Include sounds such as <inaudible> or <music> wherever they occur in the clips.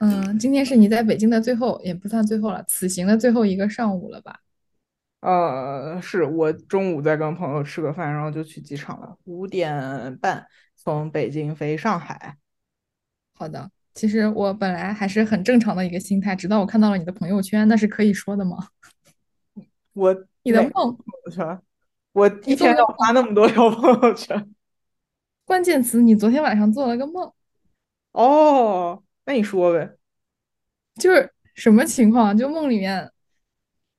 嗯今天是你在北京的最后，也不算最后了，此行的最后一个上午了吧？呃，是我中午在跟朋友吃个饭，然后就去机场了，五点半从北京飞上海。好的，其实我本来还是很正常的一个心态，直到我看到了你的朋友圈，那是可以说的吗？我你的每梦，朋友圈，我一你做天了要个发那么多条朋友圈。 <laughs> 关键词，你昨天晚上做了个梦，哦，那你说呗。就是什么情况？就梦里面，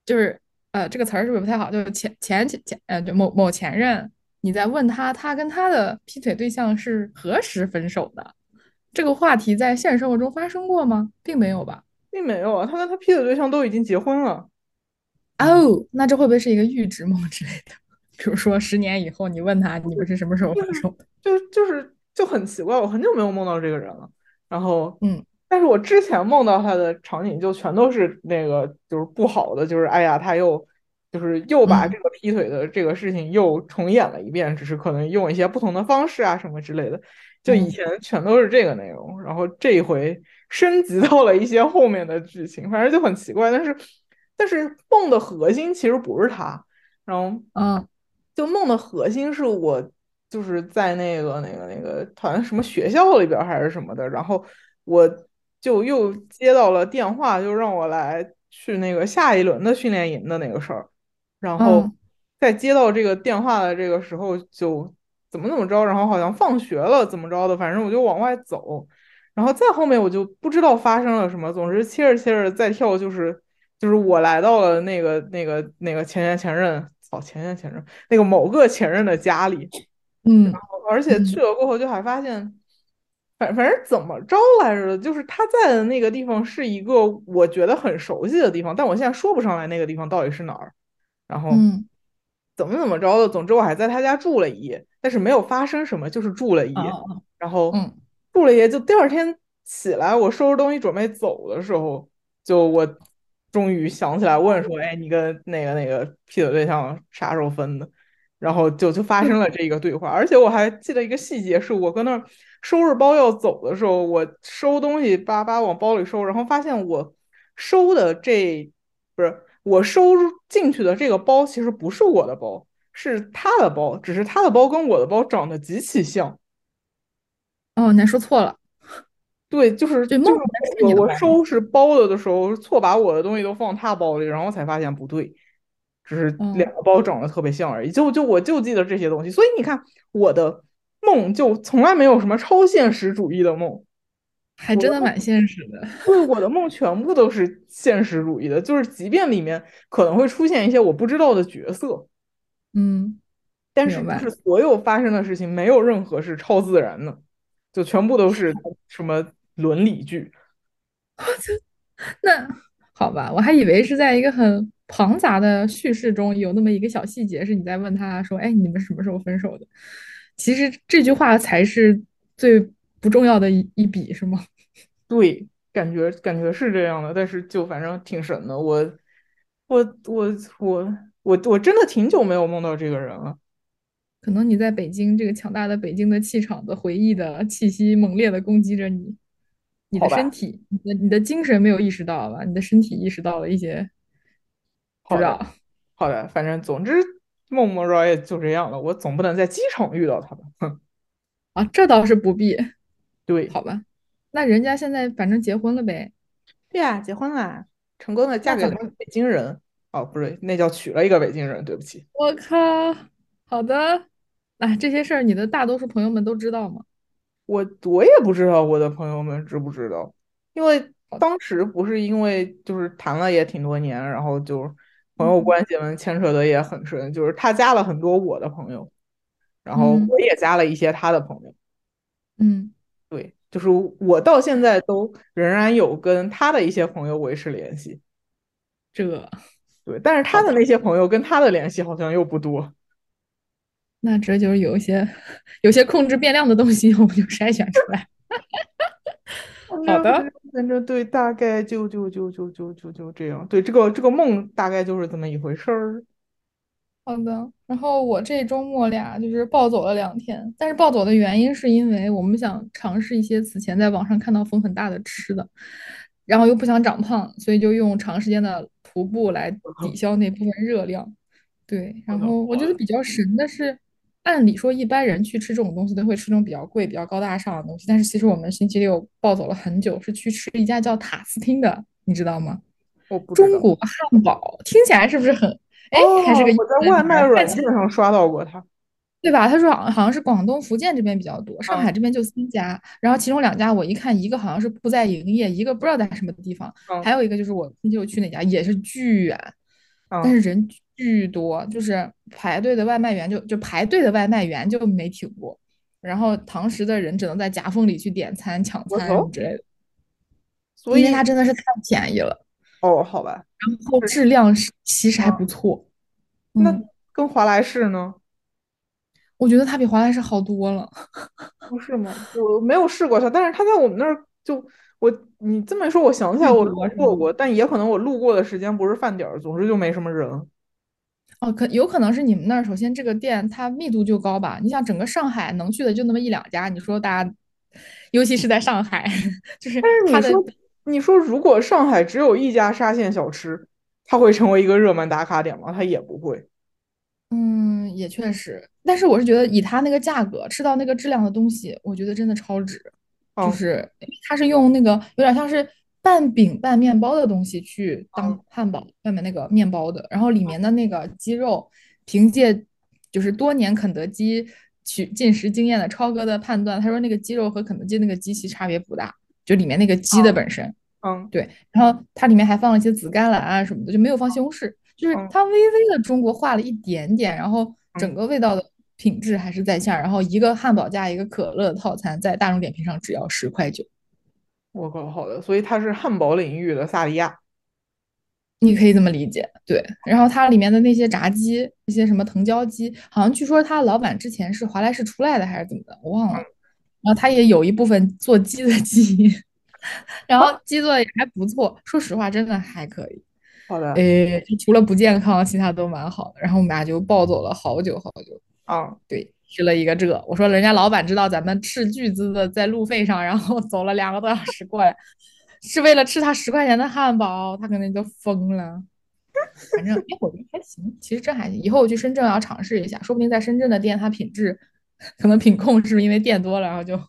就是呃，这个词儿是不是不太好？就是前前前前呃，就某某前任，你在问他，他跟他的劈腿对象是何时分手的？这个话题在现实生活中发生过吗？并没有吧。并没有啊，他跟他劈腿对象都已经结婚了。哦，那这会不会是一个预知梦之类的？比如说十年以后，你问他你们是什么时候就分是手的？就就是就很奇怪，我很久没有梦到这个人了。然后，嗯，但是我之前梦到他的场景就全都是那个就是不好的，就是哎呀，他又就是又把嗯，这个劈腿的这个事情又重演了一遍，只是可能用一些不同的方式啊什么之类的。就以嗯，前全都是这个内容，然后这一回升级到了一些后面的剧情，反正就很奇怪。但是，但是梦的核心其实不是他，然后。嗯，就梦的核心是我就是在那个那个那个好像什么学校里边儿还是什么的，然后我就又接到了电话，就让我来去那个下一轮的训练营的那个事儿，然后嗯，在接到这个电话的这个时候就怎么怎么着，然后好像放学了怎么着的，反正我就往外走，然后再后面我就不知道发生了什么，总之切着切着再跳就是就是我来到了那个那个那个前前前任，操前前前任。那个某个前任的家里，嗯，而且去嗯，了过后就还发现，反反正怎么着来着的，就是他在的那个地方是一个我觉得很熟悉的地方，但我现在说不上来那个地方到底是哪儿。然后嗯，怎么怎么着的，总之我还在他家住了一夜，但是没有发生什么，就是住了一哦夜。哦哦，然后嗯，住了一夜，就第二天起来，我收拾东西准备走的时候，就我终于想起来问说：“哎，你跟那个那个劈腿对象啥时候分的？”然后就就发嗯生了这一个对话，而且我还记得一个细节，是我跟那儿收拾包要走的时候，我收东西叭叭往包里收，然后发现我收的这不是我收进去的这个包，其实不是我的包，是他的包，只是他的包跟我的包长得极其像。哦，你还说错了，对，就是对，就梦是里面是你我我的我包吗？收拾包了的时候，错把我的东西都放他包里，然后才发现不对，只是两嗯，个包长得特别像而已。就就我就记得这些东西，所以你看我的梦就从来没有什么超现实主义的梦，还我真的的梦蛮现实的。对我的梦全部都是现实主义的，就是即便里面可能会出现一些我不知道的角色，嗯，但是明就白。是所有发生的事情没有任何是超自然的，就全部都是什么伦理剧。那好吧，我还以为是在一个很庞杂的叙事中有那么一个小细节，是你在问他说：“哎，你们什么时候分手的？”其实这句话才是最不重要的一一笔，是吗？对，感觉感觉是这样的，但是就反正挺神的。我我我我我我真的挺久没有梦到这个人了。可能你在北京这个强大的北京的气场的回忆的气息猛烈的攻击着你，你好的身吧，体，你的你的精神没有意识到吧？你的身体意识到了一些，不好知的，道。好的，反正总之梦不着也就这样了。我总不能在机场遇到他吧？哼，啊，这倒是不必，对，好吧？那人家现在反正结婚了呗，对啊，结婚啦，成功的嫁那给可了能北京人。哦，不对，那叫娶了一个北京人，对不起。我靠，好的，哎，这些事儿你的大多数朋友们都知道吗？我我也不知道我的朋友们知不知道，因为好的，当时不是因为就是谈了也挺多年，然后就是朋友嗯关系们牵扯的也很深，就是他加了很多我的朋友，然后嗯我也加了一些他的朋友，嗯，对，就是我到现在都仍然有跟他的一些朋友维持联系，这对，但是他好的吧，那些朋友跟他的联系好像又不多，那这就是有一些 <laughs> 有些控制变量的东西，我们就筛选出来。反好正反的，正反正对，大概就就就就就就就这样，对，这个这个梦大概就是这么一回事儿。好的。然后我这周末俩就是暴走了两天，但是暴走的原因是因为我们想尝试一些此前在网上看到风很大的吃的，然后又不想长胖，所以就用长时间的徒步来抵消那部分热量。对，然后我觉得比较神的是，按理说一般人去吃这种东西都会吃这种比较贵、比较高大上的东西，但是其实我们星期六暴走了很久，是去吃一家叫塔斯汀的，你知道吗？我不知道中国汉堡听起来是不是很？哎，还是个哦英我在文外名卖儿软但其件上刷到过它。对吧？他说好像好像是广东、福建这边比较多，上嗯海这边就三家。然后其中两家我一看，一个好像是不在营业，一个不知道在什么地方，嗯还有一个就是我就去哪家也是巨远，但嗯是人巨多，就是排队的外卖员就就排队的外卖员就没停过。然后堂食的人只能在夹缝里去点餐、抢我餐什么操！之类的，所因为以它真的是太便宜了，哦，好吧，然后质量是其实还不错。嗯那嗯，跟华莱士呢？我觉得它比华莱士好多了。哦不是吗？我没有试过它，但是它在我们那儿就我你这么一说，我想起来巨我多路是过吗？过，但也可能我路过的时间不是饭点儿，总之就没什么人。哦，可有可能是你们那儿，首先这个店它密度就高吧？你想整个上海能去的就那么一两家，你说大家，尤其是在上海， <laughs> 就是但是它你的，说，你说如果上海只有一家沙县小吃，它会成为一个热门打卡点吗？它也不会。嗯，也确实。但是我是觉得以它那个价格吃到那个质量的东西，我觉得真的超值。就嗯是因为它是用那个有点像是半饼半面包的东西去当嗯汉堡外面那个面包的，然后里面的那个鸡肉，凭借就是多年肯德基取进食经验的超哥的判断，他说那个鸡肉和肯德基那个鸡其实差别不大，就里面那个鸡的嗯本身。嗯对，然后它里面还放了一些紫甘蓝啊什么的，就没有放西红柿，就是嗯它微微的中国化了一点点，然后整嗯，个味道的品质还是在线儿。然后一个汉堡加一个可乐套餐，在大众点评上只要十块九，我靠，好的，所以它是汉堡领域的萨莉亚。你可以这么理解。对，然后它里面的那些炸鸡，一些什么藤椒鸡，好像据说它老板之前是华莱士出来的还是怎么的，我忘了。然后他也有一部分做鸡的 <laughs> 基因，然后鸡做的也还不错，说实话，真的还可以。好的，诶，呃就除了不健康，其他都蛮好的。然后我们俩就暴走了好久好久，嗯，对，吃了一个这。我说人家老板知道咱们斥巨资的在路费上，然后走了两个多小时过来，是为了吃他十块钱的汉堡，他可能就疯了。反正，哎，我觉得还行，其实真还行。以后我去深圳我要尝试一下，说不定在深圳的店它品质可能品控是不是因为店多了，然后就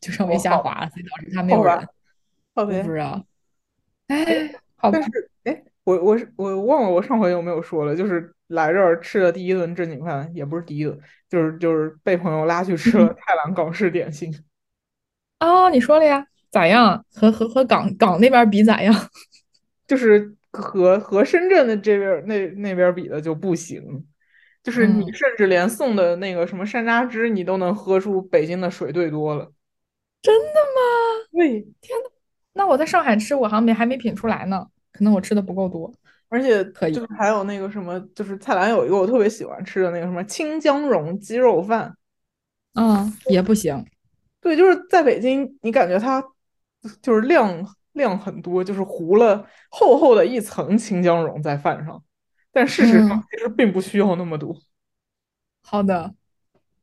就稍微哦，下好，滑了，所以导致它没好有人，吧，好我不呗。知道。哎，哎，好吧，但是哎，我我是我忘了我上回有没有说了，就是来这儿吃的第一顿正经饭，也不是第一顿，就是就是被朋友拉去吃了嗯。泰兰港式点心。哦，你说了呀？咋样？和和和港港那边儿比咋样？ <laughs> 就是和和深圳的这边儿那那边儿比的就不行，就是你嗯，甚至连送的那个什么山楂汁，你都能喝出北京的水兑多了。真的吗？对，天呐，那我在上海吃，我好像没还没品出来呢，可能我吃的不够多。而且可以，就是还有那个什么，就是菜篮有一个我特别喜欢吃的那个什么清江蓉鸡肉饭，嗯，也不行。对，就是在北京，你感觉它就是量量很多，就是糊了厚厚的一层清江蓉在饭上，但事实上嗯，其实并不需要那么多。好的。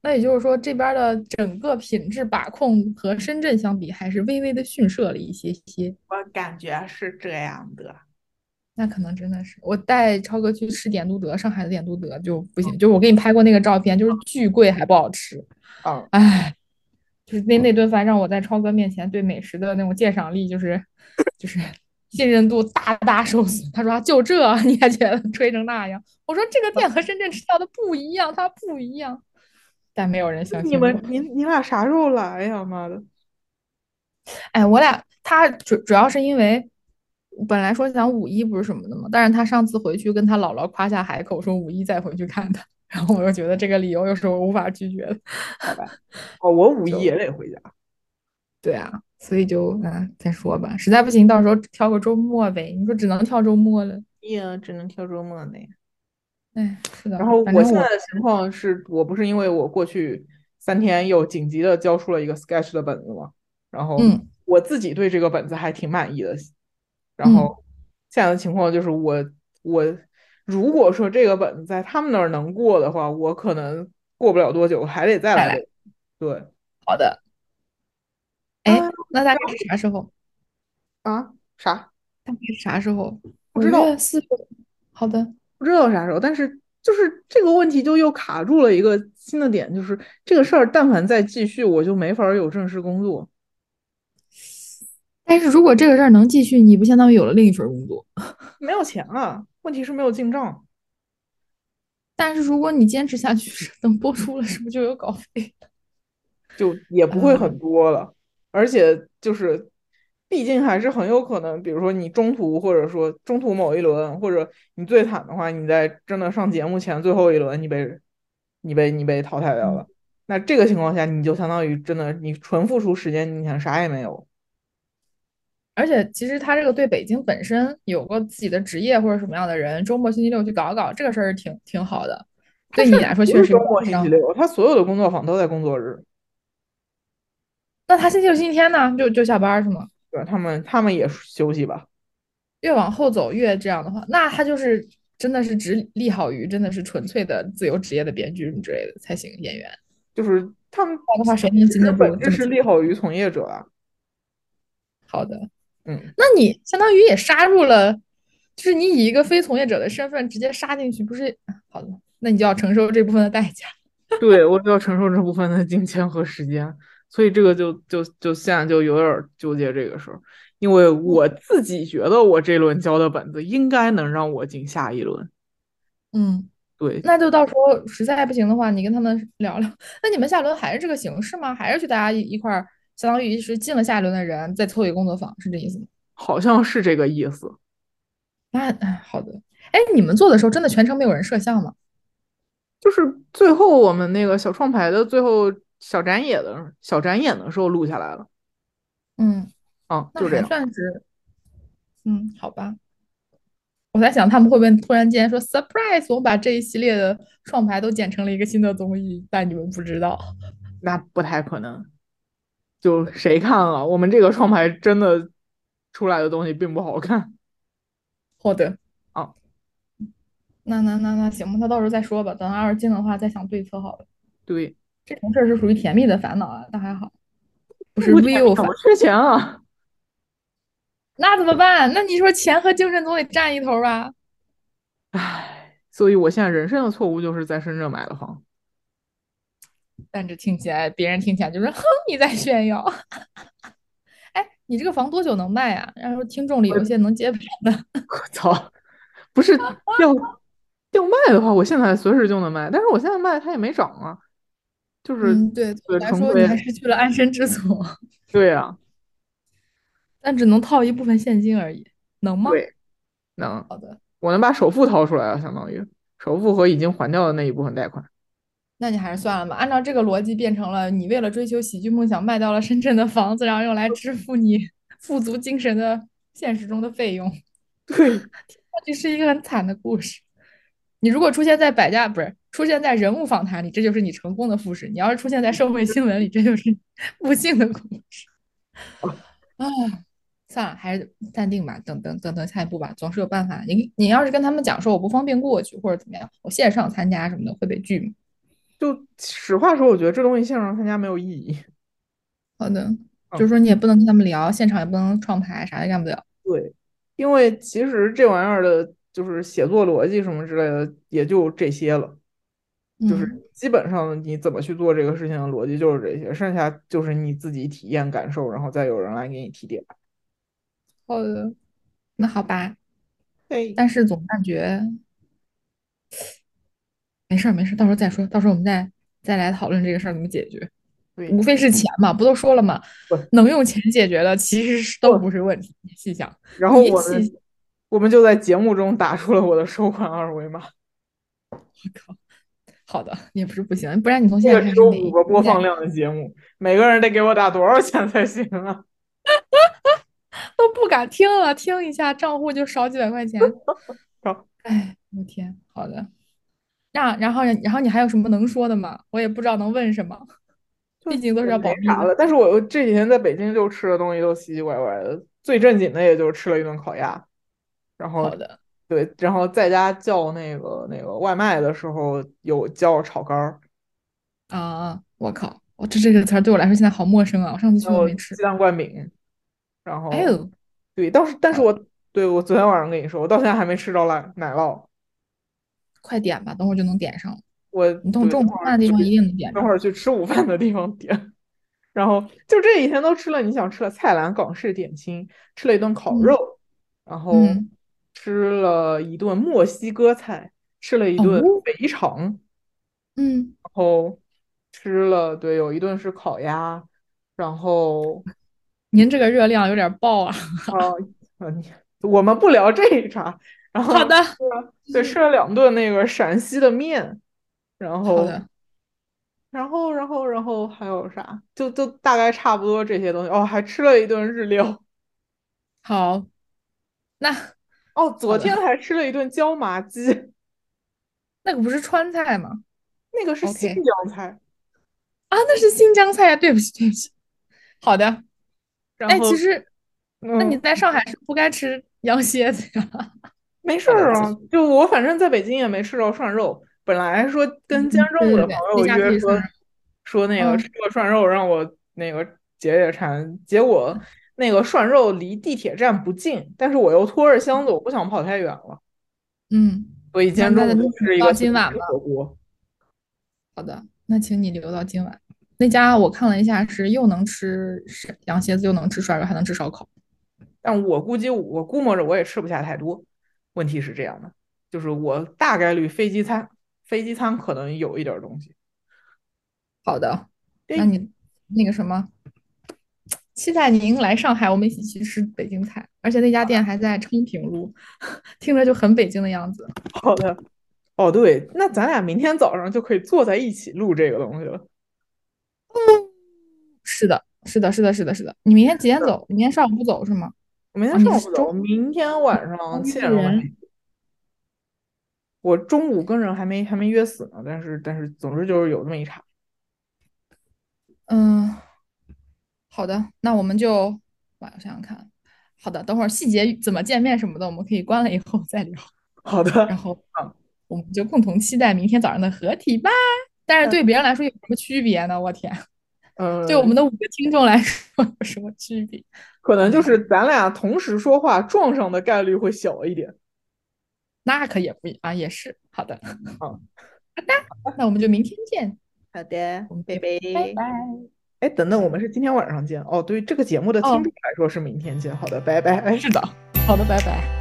那也就是说，这边儿的整个品质把控和深圳相比，还是微微的逊色了一些些。我感觉是这样的。那可能真的是，我带超哥去吃点都德，上海的点都德就不行，就是我给你拍过那个照片，就是巨贵还不好吃，啊， <laughs> 唉。就是那那顿饭让我在超哥面前对美食的那种鉴赏力，就是就是信任度大大受损。他说就这你还觉得吹成那样？我说这个店和深圳吃到的不一样，它不一样。但没有人相你信们我。你你俩啥时候来呀？妈的！哎，我俩他主主要是因为本来说想五一不是什么的嘛，但是他上次回去跟他姥姥夸下海口说五一再回去看他， <laughs> 然后我又觉得这个理由又是我无法拒绝的，好吧，哦，我五一就。也得回家。对啊，所以就嗯再说吧，实在不行到时候挑个周末呗。你说只能挑周末了，也哎只能挑周末内。哎，是然的，后反我正现在我的情况是我不是因为我过去三天又紧急的交出了一个 sketch 的本子嘛，然后嗯我自己对这个本子还挺满意的。然嗯后现在的情况就是我我如果说这个本子在他们那儿能过的话，我可能过不了多久还得再再来，来北。对好的，啊哎，那大概是啥时候？啊！啥？大概是啥时候？五不知道月四。好的，不知道啥时候，但是就是这个问题就又卡住了一个新的点，就是这个事儿，但凡再继续，我就没法儿有正式工作。但是如果这个事儿能继续，你不相当于有了另一份工作？没有钱啊，问题是没有进账。但是如果你坚持下去，等播出了，是不是就有稿费？ <laughs> 就也不会很嗯多了，而且就是，毕竟还是很有可能，比如说你中途或者说中途某一轮，或者你最惨的话，你在真的上节目前最后一轮，你被你被你被淘汰掉了。那这个情况下，你就相当于真的你纯付出时间，你想啥也没有。而且，其实他这个对北京本身有过自己的职业或者什么样的人，周末星期六去搞一搞，这个事儿挺挺好的。对你来说确不实是是一周个末保星期障。六，他所有的工作坊都在工作日，那他星期六、星期天呢？就就下班儿是吗？对，他们他们也休息吧。越往后走越这样的话，那他就是真的是只立好于真的是纯粹的自由职业的编剧什么之类的才行，演员。就是他们不然的话，谁能其经实得住本这质么是利好于从业者啊。好的？嗯，那你相当于也杀入了，就是你以一个非从业者的身份直接杀进去，不是？啊好的，那你就要承受这部分的代价。对，我就要承受这部分的金钱和时间，所以这个就就就现在就有点儿纠结这个事儿，因为我嗯自己觉得我这轮交的本子应该能让我进下一轮。嗯，对，那就到时候实在不行的话，你跟他们聊聊。那你们下轮还是这个形式吗？还是去大家一一块儿，相当于是进了下一轮的人再凑一个工作坊，是这意思吗？好像是这个意思。那哎，好的。哎，你们做的时候真的全程没有人摄像吗？就是最后我们那个小创牌的最后小展演的小展演的时候录下来了，嗯，啊，那就这还样。算是，嗯，好吧。我在想他们会不会突然间说 surprise，我们把这一系列的创牌都剪成了一个新的综艺，但你们不知道。那不太可能。就谁看了？我们这个创牌真的出来的东西并不好看。好的，哦，那那那那行吧，那到时候再说吧。等他要是进的话，再想对策好了。对，这种事儿是属于甜蜜的烦恼啊，但还好，不是目前 real 怎烦。么缺钱啊？那怎么办？那你说钱和精神总得占一头儿啊吧？唉，所以我现在人生的错误就是在深圳买了房。 <laughs> 但这听起来，别人听起来就是哼，你在炫耀。 <laughs> 哎，你这个房多久能卖啊？然后听众里有一些能接盘的，我操，不是要要卖的话，我现在随时就能卖，但是我现在卖它也没涨啊，就是嗯，对，对对我来重说归你还失去了安身之所，对啊，但只能套一部分现金而已，能吗？对，能，好的，我能把首付掏出来了，相当于首付和已经还掉的那一部分贷款。 <laughs> 那你还是算了吧。按照这个逻辑，变成了你为了追求喜剧梦想，卖掉了深圳的房子，然后用来支付你 <laughs> 富足精神的现实中的费用。对，这是一个很惨的故事。你如果出现在百家，不是出现在人物访谈里，这就是你成功的故事；你要是出现在社会新闻里，这就是你不幸的故事。哦啊，算了，还是淡定吧，等等等等下一步吧，总是有办法。你你要是跟他们讲说我不方便过去或者怎么样，我线上参加什么的会被拒吗？就实话说，我觉得这东西线上参加没有意义。好的，哦就是说你也不能跟他们聊，现场也不能创牌，啥也干不了。对，因为其实这玩意儿的，就是写作逻辑什么之类的，也就这些了。就是嗯，基本上你怎么去做这个事情的逻辑就是这些，剩下就是你自己体验感受，然后再有人来给你提点。好的，那好吧，对，但是总感觉。没事儿，没事儿，到时候再说，到时候我们再再来讨论这个事儿怎么解决。对无非是钱嘛，不都说了嘛对，能用钱解决的其实是都对不是问题。你细想，然后你我细们我们就在节目中打出了我的收款二维码，好的也不是不行，不然你从这现在个开只始有每五个播现在放量的节目，每个人得给我打多少钱才行啊？都不敢听了，听一下账户就少几百块钱。 <laughs> 好哎，我天，好的。那然后然后你还有什么能说的吗？我也不知道能问什么，就毕竟都是要保没密啥的。了。但是我这几天在北京就吃的东西都奇奇怪怪的，最正经的也就吃了一顿烤鸭，然后好的，对，然后在家叫那个那个外卖的时候有叫炒肝儿，啊，我靠，我哦这这个词儿对我来说现在好陌生啊，我上次去然都后没吃。鸡蛋灌饼，然后哎呦，对，倒是，但是我对我昨天晚上跟你说，我到现在还没吃着奶奶酪。快点吧，等会儿就能点上了。我你等我对中午等会饭儿的地去方一定能点等上。会儿去吃午饭的地方点。然后就这几天都吃了，你想吃了菜篮港式点心，吃了一顿烤嗯肉，然后嗯吃了一顿墨西哥菜，吃了一顿哦肥肠，然嗯，后吃了，对，有一顿是烤鸭，然 <laughs> 后您这个热量有点爆啊！啊，呃你我们不聊这一茬。然后好的，吃了对，吃了两顿那个陕西的面，然好后的，然后，然后，然后还有啥？就就大概差不多这些东西。哦，还吃了一顿日料。好，那哦，昨好的天还吃了一顿椒麻鸡，那个不是川菜吗？那个是 OK 新疆菜。啊，那是新疆菜呀！对不起，对不起。好的，然哎，后，其实，那你嗯，在上海是不该吃羊蝎子呀。 <laughs> 没事好的儿继啊。就我反正在北京也没吃着涮肉。本来说跟今嗯，天中对午对的对，朋那友家可约以说涮肉。说那个吃嗯，个涮肉，让我那个解解馋。结果那个涮肉离地铁站不近，但是我又拖着箱子，我不想跑太远了，嗯，所以今那天那中那午就你吃一到个土今晚鸡吧。嗯火锅。好的，那请你留到今晚。那家我看了一下，是又能吃是羊蝎子，又能吃涮肉，还能吃烧烤。但我估计我估摸着我也吃不下太多。问题是这样的，就是我大概率飞机餐，飞机餐可能有一点儿东西。好的，那对，你那个什么，期待您来上海，我们一起去吃北京菜。而且那家店还在昌平路， <laughs> 听着就很北京的样子。好的。哦，对，那咱俩明天早上就可以坐在一起录这个东西了。是的，是的，是的，是的，是的。你明天几点是走？你明天上午不走是吗？我明啊，天你上午是不中走，明天晚上午七一点个钟还人。没，我中午跟人还没还没约死呢。但是但是，总之就是有这么一茬。嗯，好的，那我们就，我想想看。好的，等会儿细节怎么见面什么的，我们可以关了以后再聊。好然的，后嗯，我们就共同期待明天早上的合体吧。但是对别人来说有什么区别呢？我天，对我嗯，们的五个听众来说有什么区别？可能好就的，是咱俩同时说话撞上的概率会小一点。那可也不一啊，也是嗯好的。啊，那我们就明天见，好的，我们拜就拜。拜拜。嗯哎，等等，我们是今天晚上见哦。对于这个节目的听哦，众来说是明天见。好的，拜拜。是的，好的，拜拜。